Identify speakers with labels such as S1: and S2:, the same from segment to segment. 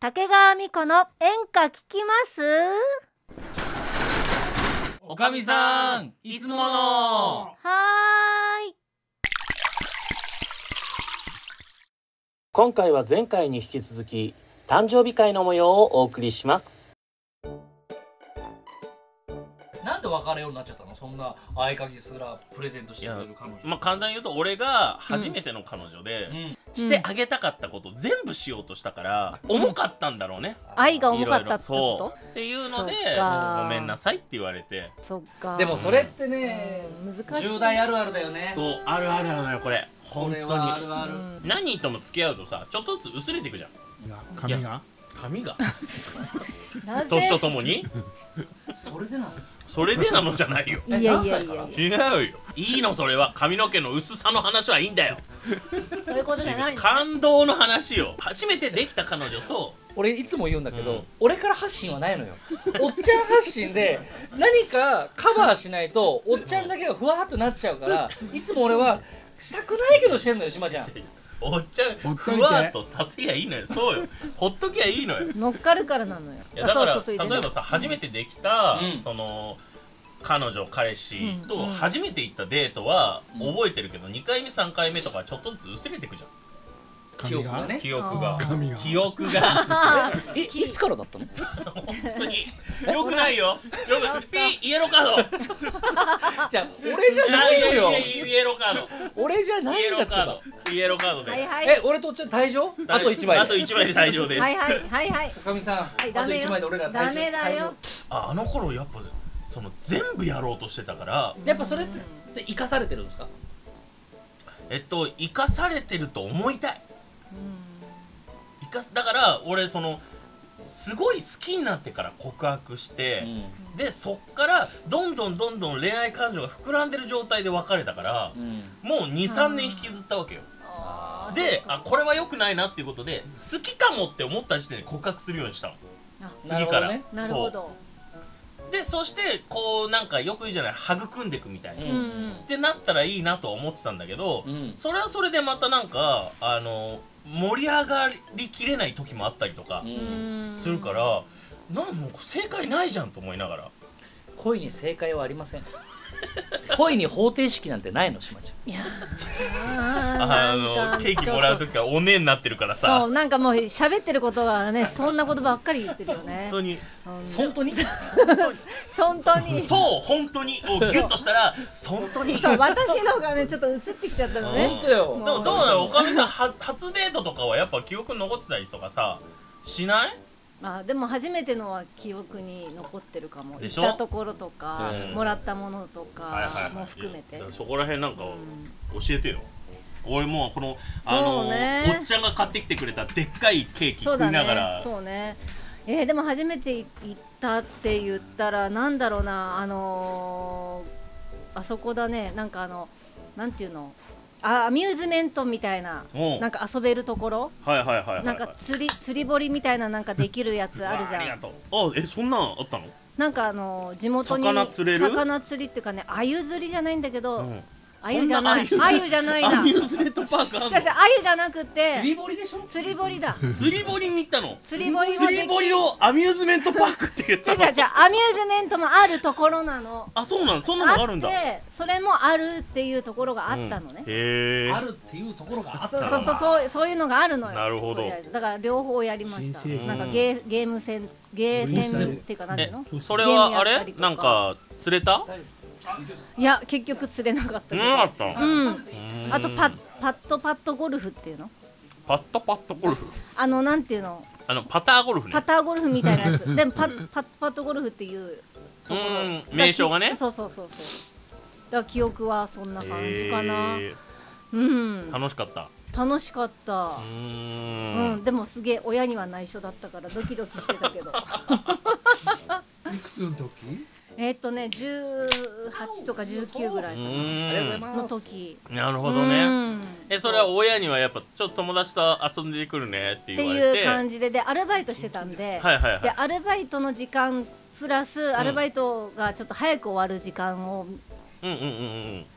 S1: 竹川美子の演歌聞きます
S2: おかみさんいつもの
S1: はーい
S3: 今回は前回に引き続き誕生日会の模様をお送りします
S2: なんで別れようになっちゃったのそんな合鍵すらプレゼントしてくれる彼女
S4: まあ、簡単に言うと俺が初めての彼女で、
S2: うん
S4: してあげたかったこと全部しようとしたから、重かったんだろうね。
S1: 愛が
S4: い
S1: 重
S4: ろ
S1: か
S4: い
S1: った
S4: ろ
S1: ってこ
S4: そうっていうので
S1: そっか
S4: ごめんなさいって言われて
S1: とそっか
S2: でもそれってね
S1: うん難しい
S2: 重大あるあるだよね
S4: そうあるあるなのよこれ
S2: こ
S4: 本
S2: れ
S4: 当
S2: はある
S4: に
S2: ある
S1: うん
S4: 何とも付き合うとさちょっとずつ薄れていくじゃん
S5: 髪が
S4: 髪が
S1: なぜ
S4: 年とともに
S2: それでな
S4: それでなのじゃないよ
S1: いやいやいや
S2: え何歳から
S4: 違うよいいのそれは髪の毛の薄さの話はいいんだよ
S1: そういうことじゃないの
S4: 感動の話よ初めてできた彼女と
S2: 俺いつも言うんだけど、
S4: うん
S2: 俺から発信はないのよおっちゃん発信で何かカバーしないとおっちゃんだけがふわーっとなっちゃうからいつも俺はしたくないけどしてんのよしまちゃん
S4: おっちゃ
S5: ほ
S4: ん
S5: っといて
S4: ふわっとさせりゃいいのよそうよほっときゃいいのよ
S1: 乗っかるからなのよ
S4: いやだから
S1: そうそうそう
S4: 例えばさ初めてできた、
S2: うん
S4: その彼女彼氏
S1: うんう
S4: と
S1: ん
S4: 初めて行ったデートは
S2: うん
S4: 覚えてるけど、2回目3回目とかちょっとずつ薄れていくじゃ
S2: 記
S5: 髪
S2: 憶が
S5: が
S4: ん
S2: ね
S4: 記憶が
S1: あー
S5: 髪が
S4: 記憶が
S2: いいつからだったの
S4: 本当によくないよよくピーイエローカード
S2: じゃあ俺じゃないのよ
S4: やややイエローカー
S2: 俺じゃ
S4: ド
S2: な
S4: イエ
S2: いん
S4: ロー
S2: だって
S4: カ
S2: ば
S4: ードイエローカードで、
S1: はいはい
S2: え俺とおっちゃん退場あと1枚
S4: あと1枚で退場です、
S1: はいはいはいはい
S2: おかみさん、
S1: い
S2: あ
S1: ダ
S2: と
S1: メよ
S2: 1枚で俺ら退場
S1: ダメだよ
S4: ああの頃やっぱその全部やろうとしてたから
S2: 退場やっぱそれって生かされてるんですか
S4: えっと生かされてると思いたい生かすだから俺そのすごい好きになってから告白して、でそっからどんどんどんどん恋愛感情が膨らんでる状態で別れたから
S2: う、ん
S4: もう23年引きずったわけよ
S1: あー
S4: であこれは良くないなっていうことで好きかもって思った時点で告白するようにしたの
S1: あ
S4: 次から、
S2: なるほ
S1: なるほど
S4: そうでそしてこうなんかよく言うじゃない育んでいくみたいな、
S2: う
S1: うんんうん
S4: ってなったらいいなとは思ってたんだけど、
S2: うん
S4: それはそれでまたなんかあの盛り上がりきれない時もあったりとか
S2: う
S1: うんん
S4: するから、なんもう正解ないじゃんと思いながら
S2: 恋に正解はありません 恋に方程式なんてないのしまち
S1: いや
S4: あ
S1: あ
S4: のケーキもらう時はおねえになってるから
S1: そ
S4: さ
S1: うなんかもう喋ってることはねそんなことばっかり言ってるよね
S4: 本当に
S2: ゃん本当に
S1: 本当に
S4: そう本当にをギュッとしたら本当にで
S1: そう
S4: も
S1: 私の方がねちょっと映ってきちゃったの
S2: 本
S1: ね
S2: 当よ
S4: どうだろうおかみさんは初デートとかはやっぱ記憶に残ってたりとかさしない
S1: あでも初めてのは記憶に残ってるかも行
S4: で
S1: っ
S4: しょ
S1: たところとか
S4: うん
S1: もらったものとかも含め
S4: い
S1: て
S4: やそこら辺なんか
S1: ん
S4: 教えてよ俺もうこのあの、
S1: そうね
S4: おっちゃんが買ってきてくれたでっかいケーキ
S1: そ
S4: 食
S1: う
S4: い
S1: だ
S4: なが
S1: ね
S4: ら、
S1: そうねえーでも初めて行ったって言ったらなんだろうなあのーあそこだねなんかあのなんていうのあアミューズメントみたいな
S4: おう
S1: なんか遊べるところ
S4: はいはいはいはいはい
S1: なんか釣り釣り堀みたいななんかできるやつあるじゃ
S4: ありが
S1: ん
S4: とうあえそんなんあったの
S1: なんかあのー地元に
S4: 魚釣れる
S1: 魚釣りっていうかね鮎釣りじゃないんだけど、
S4: うん
S1: 鮎じゃない
S4: そんな鮎
S1: 鮎じゃないな
S4: アミュ
S1: 違う違う
S4: ーズメントパークあんの
S1: 鮎じゃなく
S2: 釣
S1: て
S2: り堀でしょ
S1: 釣り堀だ
S4: 釣り堀に行ったの
S1: 釣り堀も
S4: 釣
S1: で
S4: り
S1: き
S4: 堀のアミューズメントパークって言っ
S1: 違う
S4: た
S1: 違う違う
S4: の
S1: アミューズメントもあるところなの
S4: あそうなんそんなのあるんだ
S1: ってそれもあるっていうところがあったのね
S4: うん、へえ
S2: あるっていうところがあっ
S1: そ
S2: た
S1: う
S2: ら
S1: そうそうそうそういうのがあるのよ
S4: なるほど
S1: とりあえずだから両方やりました
S5: 新世紀
S1: なんかゲーゲーム戦ゲーセンっていうかなんていう
S4: え
S1: の
S4: それはあ
S1: ゲームやった
S4: れ
S1: りと
S4: なんか釣れた
S1: いや結局釣れなかったけ
S4: うん
S1: ど
S4: あったの
S1: うん
S4: うん
S1: あとパッパッドパッドゴルフっていうの
S4: パッドパッドゴルフ
S1: あのなんていうの
S4: あのパターゴルフね
S1: パターゴルフみたいな やつでもパッパッパッドゴルフっていうところ
S4: うん名称がね
S1: そうそうそうそうだから記憶はそんな感じかな、
S4: へー
S1: うん
S4: 楽しかった
S1: 楽しかった
S4: う
S1: う
S4: ー
S1: ん、でもすげえ親には内緒だったからドキドキしてた けど
S5: いくつの時
S1: えーっとね18とか19ぐらいか
S2: ありがとうござい
S4: ん
S2: ます
S1: の時
S4: なるほどね
S1: うんっ
S4: えそれは親にはやっぱちょっと友達と遊んでくるねっ
S1: て
S4: て言われて
S1: いう感じででアルバイトしてたんで,、
S4: はいはいはい
S1: でアルバイトの時間プラスアルバイトがちょっと早く終わる時間を
S4: うんうんうん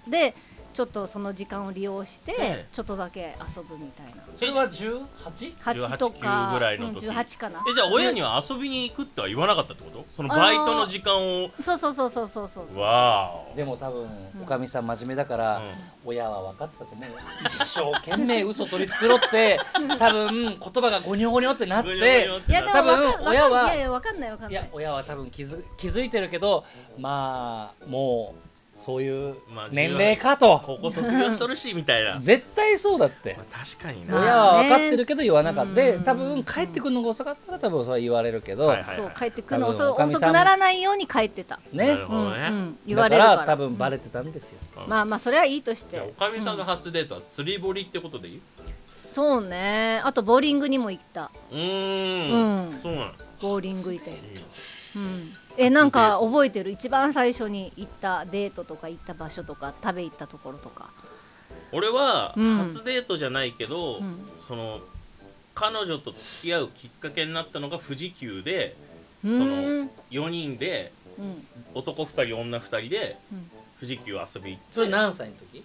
S4: うん
S1: でちょっとその時間を利用して
S4: え
S1: ちょっとだけ遊ぶみたいな
S2: それは 18?
S1: 8とか
S4: 18ぐらいの時
S1: うん、18かな
S4: えじゃあ親には遊びに行くっては言わなかったってことそのバイトの時間を
S1: そうそうそうそうそうそうそう
S4: わーお
S2: でも多分おかみさん真面目だから、親は分かってたと思うよ一生懸命嘘取り繕 って多分言葉がゴニョゴニョってなっ
S4: ぐにょぐに
S2: て
S4: ょって
S1: いや
S4: な
S1: で
S4: る
S1: も
S2: 多分
S1: わかん
S2: 親は
S1: わかんいやいやわかんないわかん
S2: い
S1: な
S2: や
S1: い
S2: 親は多分気づ気づいてるけどまあもうそういう
S4: まあ18
S2: 年齢か と
S4: 高校卒業しとるしみたいな
S2: 絶対そうだって
S4: まあ確かに
S1: まあね
S2: 親
S4: な
S2: は分かってるけど言わなかったで
S1: うん
S2: 多分帰ってくるのが遅かったら多分それは言われるけど、
S4: はいはい
S1: そう帰ってくるの
S2: 多分
S1: 遅
S2: おかみさん
S1: 遅くならないように帰ってた、
S4: な
S2: ね
S4: る
S1: う
S4: ほ
S1: ん
S4: ど
S1: う
S4: ね
S1: ん、言われる
S2: だ
S1: か
S2: からら多分バレてたんですよ、
S1: まあまあそれはいいとし
S4: じゃあお
S1: て
S4: かみさんの初デートは釣り堀ってことでいい
S1: そうねあとボーリングにも行った
S4: うー
S1: うん
S4: んそうなの
S1: ボーリング行って、うん、えなんか覚えてる一番最初に行ったデートとか行った場所とか食べ行ったところとか
S4: 俺は
S1: うん
S4: 初デートじゃないけど、
S1: うん
S4: その彼女と付き合うきっかけになったのが富士急で
S1: う
S4: そ
S1: ーん
S4: の4人で
S1: うん
S4: 男2人女2人で
S1: うん
S4: 富士急遊び
S2: そ
S4: 行っ
S2: れ
S4: て
S2: 何歳の時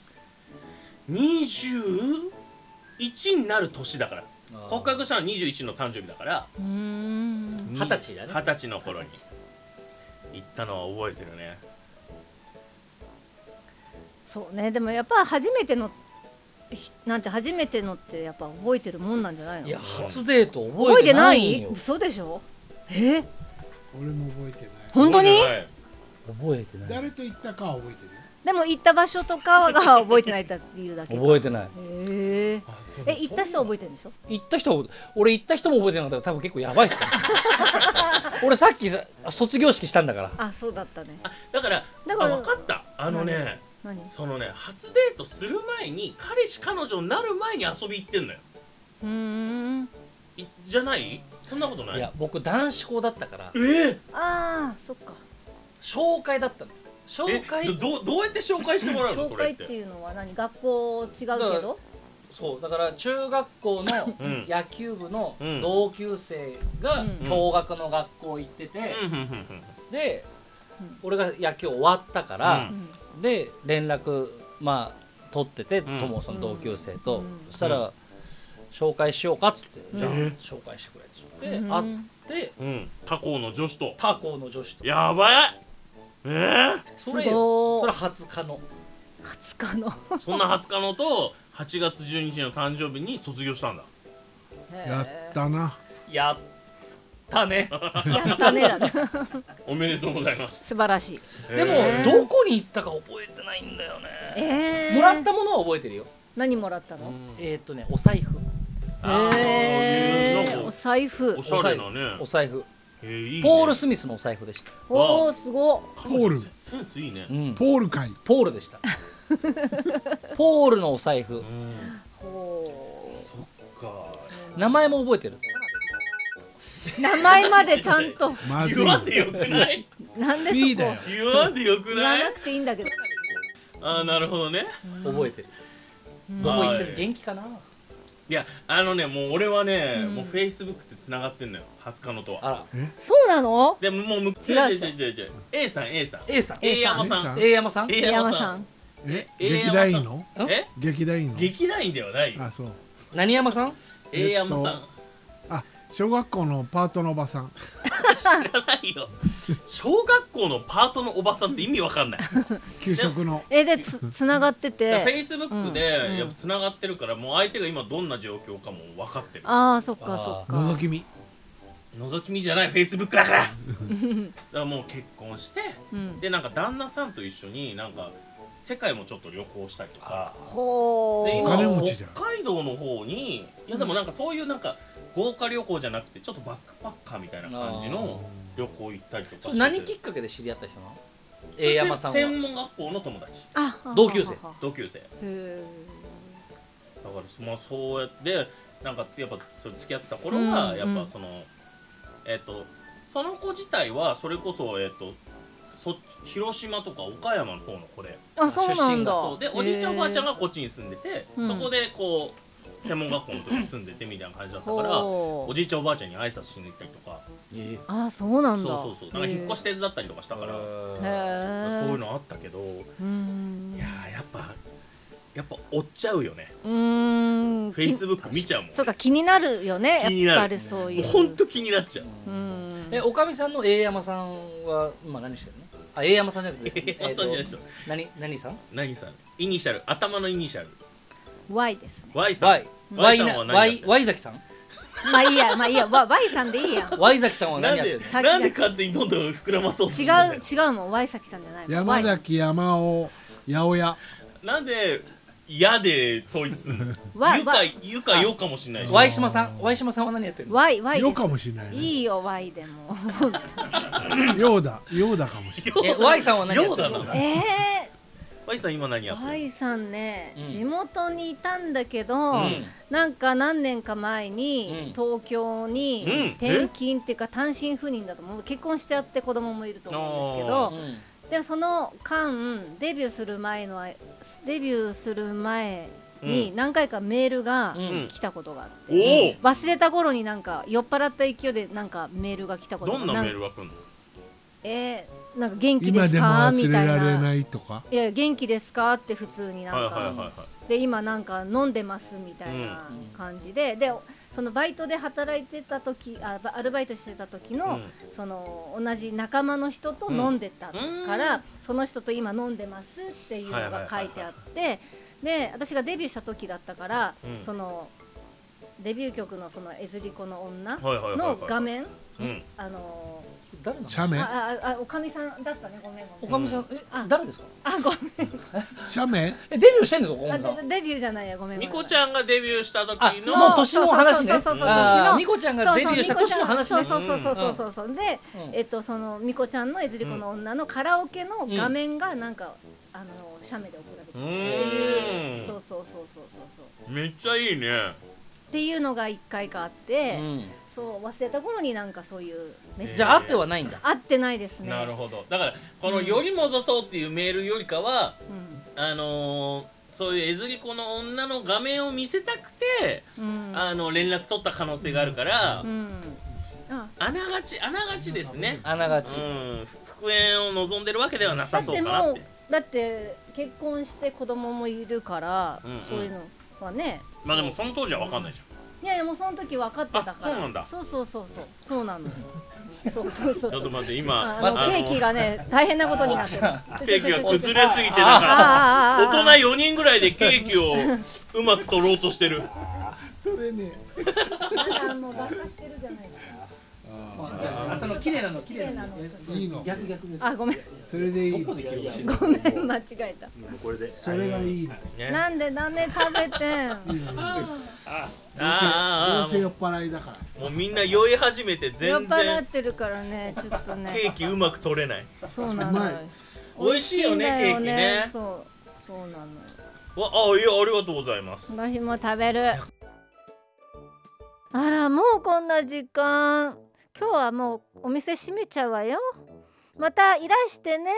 S4: 21になる年だから告白したの21の誕生日だから
S1: うーん
S4: に
S2: 二十歳だね
S4: 二十歳の頃に行ったのは覚えてるね
S1: そうねでもやっぱ初めてのひなんて初めてのってやっぱ覚えてるもんなんじゃないの
S2: いや初デート覚
S1: 覚
S2: え
S1: え
S2: て
S1: て
S2: な
S1: ない
S2: ん
S1: い
S2: よ
S1: 嘘でしょえ
S5: 俺も覚えてない
S1: 本当に
S4: 覚えて
S2: 覚えてない
S5: 誰と行ったかは覚えてる
S1: でも行った場所とかが覚えてないっていうだけ
S2: 覚え
S1: て
S2: てない
S1: へえ
S4: ないあそう
S1: え行った人は覚えてるんでしょ
S2: 行った人は俺行った人も覚えてなかったから多分結構やばい人俺さっきさ卒業式したんだから
S1: あそうだったね
S4: だから
S1: だから
S4: あ分かったあのね
S1: 何う
S4: そのね初デートする前に彼氏彼女になる前に遊び行ってんのよ
S1: ーん
S4: いじゃないそんなことない
S2: いや僕男子校だったから
S4: えー、
S1: ああそっか
S2: 紹介だったのよ
S4: え
S2: 紹介
S4: どどうどうやって紹介してもらうの
S1: 紹
S4: そ
S1: 介
S4: れっ
S1: ってていうのは何学校違うけど
S2: そうだから中学校の
S4: うん
S2: 野球部の
S4: うん
S2: 同級生が
S1: うん
S2: 共学の学校行ってて、
S4: うんうんうんうん
S2: で
S1: うん
S2: 俺が野球終わったから
S1: う、ん
S2: で連絡まあ取ってて、
S4: ん
S2: ともその同級生と、
S1: うん
S2: そしたら、紹介しようかっつって、
S1: ん
S2: じゃあ
S4: え
S2: 紹介してくれっつって、
S1: うん
S2: 会って
S4: うん他校の女子と
S2: 他校の女子と
S4: やばいえー、
S1: す
S2: それよ
S1: ご
S2: それ
S1: ー
S2: 初可能
S1: 20日の
S4: そんな20日のと8月12日の誕生日に卒業したんだ
S5: や
S1: へ
S5: ったな
S2: やったね
S1: ーやったねだね
S4: おめでとうございます
S1: 素晴らしい
S2: でも、
S4: えー
S2: どこに行ったか覚えてないんだよね
S1: えー
S2: もらったものは覚えてるよ
S1: 何もらったの
S2: えーっ、とねお財布
S4: あー
S1: え
S4: なん
S1: ー、
S4: か
S1: お財布
S4: おしゃれなね
S2: お財布
S4: えーいいね
S2: ポール・スミスのお財布でした、
S1: おおすごっ
S5: ポール
S4: センスいいね
S2: うん
S5: ポール会
S2: ポール でしたポールのお財布
S4: うん
S1: ほ
S4: そっか
S2: 名前も覚えてる
S1: う名前までちゃんと
S5: まず
S4: 言
S5: い
S4: わんでよくない
S1: なんで
S5: B
S1: そ
S5: だ
S1: こ
S5: よ
S4: 言わんでよく
S1: 言わ
S4: な
S1: ないくていいんだけど
S4: あーなるほどね
S2: 覚えてる、どこ行
S4: は
S2: ってる
S4: い
S2: 元気かない
S4: やあのねもう俺はね、
S1: うん
S4: もうフェイスブックってつながってんのよ初カノとは
S2: あら
S1: そうなの
S4: でももう向
S1: 違うでしょ
S4: 違う違う違う A さん A さん
S2: A さん
S4: A 山さん
S2: A 山さん
S4: A
S1: 山さん
S5: え
S4: えー
S5: 劇団員の
S2: さん
S4: え
S5: 劇団員の
S4: 劇団員ではないよ
S5: あそう
S2: 何山さん
S4: A 山さん
S5: あ小学校のパートのおばさん
S4: 知らないよ小学校のパートのおばさんって意味わか んない
S5: 給食の
S1: えでつつながって
S4: フェ
S1: て
S4: イスブック
S1: う
S4: で
S1: ん
S4: やっぱつながってるからもう相手が今どんな状況かも分かってる
S1: ああそっかそっ
S5: 覗
S1: か
S5: き見
S4: 覗き見じゃないフェイスブック だからだからもう結婚して
S1: うん
S4: でなんか旦那さんと一緒になんか世界もちょっと旅行したりとか
S1: ほ
S4: で
S5: お
S1: う
S4: 今
S5: 金持ちじゃん
S4: 北海道の方にいやでもなんかそういうなんか豪華旅行じゃなくてちょっとバックパッカーみたいな感じの旅行行ったりとかして
S2: そ
S4: て
S2: れ何きっかけで知り合った人なの
S4: それ
S2: A 山さん
S4: 専
S2: は
S4: 門学校の友達
S1: ああ
S2: 同級生
S1: あああ
S4: 同級生
S1: へえ
S4: だからそまあそうやってなんかつやっぱそれ付き合ってた頃は
S1: うん
S4: や
S1: う
S4: っ
S1: ん
S4: ぱその、えっ、とその子自体はそれこそえっ、とそ広島とか岡山の方の子で
S1: あそうなんだ
S4: そうでおじいちゃんおばあちゃん
S1: が
S4: がこっちに住んでて、
S1: うん
S4: そこでこう専門学校の時に住んでてみたいな感じだった
S1: ほ
S4: からお
S1: う
S4: じいちゃんおばあちゃんに挨拶しに行ったりとか
S2: え
S1: ああそうな
S4: そ
S1: ん
S4: う
S1: だ
S4: そうそうなんか引っ越し手伝ったりとかしたから、
S1: へえ
S4: そういうのあったけど
S1: うん
S4: いやーやっぱやっぱ追っちゃうよね
S1: うーん
S4: フェイスブック見ちゃうもん
S1: そうか気になるよね
S4: 気に
S1: や
S4: な
S1: っ
S4: る
S1: ぱりそうい
S4: もう
S1: う
S4: ほんと気になっちゃう
S1: うん
S2: えおかみさんの栄山さんは今何してるのあ栄山さんじゃなくて
S4: 栄山さんじゃない
S2: えーと何何さん
S4: 何さんイニシャル頭のイニシャル
S1: Y ですね
S4: Y さ
S2: Y
S4: ん
S2: Y
S4: さん
S2: な
S4: は何やって
S2: Y
S4: る
S2: Y 崎さん
S1: まあいいやまあいいやわ Y さんでいいやん
S2: Y 崎さんは
S4: な
S2: 何
S4: ん
S2: やってる
S4: で
S2: の
S1: さっき
S4: なんで勝手にどんどん膨らまそうとしてんだ
S1: 違
S4: よ
S1: う違うもん Y 先さんじゃないもん
S5: 山
S1: Y,
S5: 崎山尾八百屋
S4: なんで嫌で統一するの
S1: わ
S4: ゆ
S1: わ
S4: かゆかよかもしれないし
S2: Y 島さん Y 島さんは何やってるの
S1: Y, y
S5: よ
S1: で
S5: うかもしれない
S1: す
S5: ね
S1: いいよ Y でも 本当
S5: ようだようだかもし れない
S2: え Y さんは何やって
S4: ようだ
S2: るの
S4: な
S1: え
S4: Y さん今何や
S1: ー、
S4: ってる
S1: Y さんね、
S2: うん
S1: 地元にいたんだけど、
S4: ん
S1: なんか何年か前に、
S2: うん
S1: 東京
S4: うん
S1: に転勤っていうか単身赴任だと思う結婚しちゃって子供もいると思うんですけど、
S2: うん
S1: でその間デビューする前のデビューする前に何回かメールが
S2: うん
S1: 来たことがあって、
S4: おお
S1: 忘れた頃になんか酔っ払った勢いでなんかメールが来たこと
S4: ど
S1: が
S4: んなメー
S1: ん
S4: ルが来るの
S1: えーなんか元気で
S5: 今
S1: す
S5: でも
S1: かみ
S5: 忘れ
S1: たい
S5: られ
S1: な
S5: ないとか
S1: いや元気ですかって普通になんか、
S4: はいはいはいは
S1: で今なんか飲んでますみたいな感じで、でそのバイトで働いてた時あバアルバイトしてた時の、
S4: うん
S1: その同じ仲間の人と飲んでたから、その人と今飲んでますっていうのが書いてあって、で私がデビューした時だったから、
S4: うん
S1: そのデビュー曲のそのエズリコの女
S4: はいはいはいはい
S1: の画面
S4: いうん
S1: あの
S2: 誰なの
S5: 写
S1: ー
S5: メ
S1: あああおかみさんだったねごめんご
S2: お
S1: めん
S2: かみさんえ誰ですか
S1: あごめ
S5: 写メ
S2: えデビューしてんですかおかみさん
S1: んあデデビューじゃないやごめんごめ
S4: ニ
S1: ん
S4: コちゃんがデビューした時
S2: あ
S4: の
S2: の年の話ね
S1: そうそうそうそうそう
S2: あ
S1: 年
S2: ー
S1: の
S2: ニコちゃんがデビューした年の話ね
S1: そうそうそうそうそうそうそうで、
S2: うん
S1: えっとそのミコちゃんのエズリコの女のカラオケの画面がなんか、あの写メで送られて
S4: う
S1: くる
S4: ーん
S1: そうそうそうそうそうそう
S4: めっちゃいいね
S1: っていうのが一回かあっ
S2: う
S1: て、
S2: ん
S1: そう忘れた頃になんかそういうメッセージ
S2: じゃあ会ってはないんだ
S1: 合ってないですね
S4: なるほどだからこの「より戻そう」っていうメールよりかはあのーそういうえずり子の女の画面を見せたくて
S1: うんうん
S4: あの連絡取った可能性があるから
S1: うんあ
S4: あながちあながちですね
S2: あながち
S4: うん復縁を望んでるわけではな
S1: だ
S4: さ
S1: っ
S4: そう
S1: て
S4: かな
S1: も
S4: っ
S1: う
S4: て
S1: だって結婚して子供もいるから、
S4: うんうん
S1: そういうのはね
S4: まあでもその当時は分かんないじ
S1: いやいやもうその時分かってたから
S4: あそうなんだ
S1: そうそうそうそうそうなのよそうそうそ
S4: ゃ
S1: うん
S4: ち
S1: そ
S4: ょっと
S1: う
S4: 待って今
S1: あのケーキがね大変なことになってる
S4: ケーキが崩れすぎてだ
S1: ああああ
S4: から
S1: ああ
S4: 大人4人ぐらいでケーキをうまく取ろうとしてる
S1: なんかもう爆破してるじゃないですか
S2: じゃああの綺麗なの綺
S1: 麗なの
S5: いいの
S2: 逆逆逆
S1: あごめん
S5: それでいいの
S1: ごめん間違え
S5: それがいいの
S1: たなんでダメ食べてん
S5: いいのど
S4: あああ
S5: う
S4: あ
S5: せ酔っ払いだから
S4: もうみんな酔い始めて
S1: 酔っ
S4: 全
S1: 払っ
S4: 然
S1: てるからねちょっと
S4: ケ
S1: ね
S4: ーキうまく取れない
S1: そうなのよ
S4: 美味しい
S1: 美味し
S4: よね
S1: んだよ
S4: ケーキね
S1: そうそうなのよ
S4: わあいやありがとうございます
S1: 私も食べるあらもうこんな時間今日はもうお店閉めちゃうわよまたいらしてね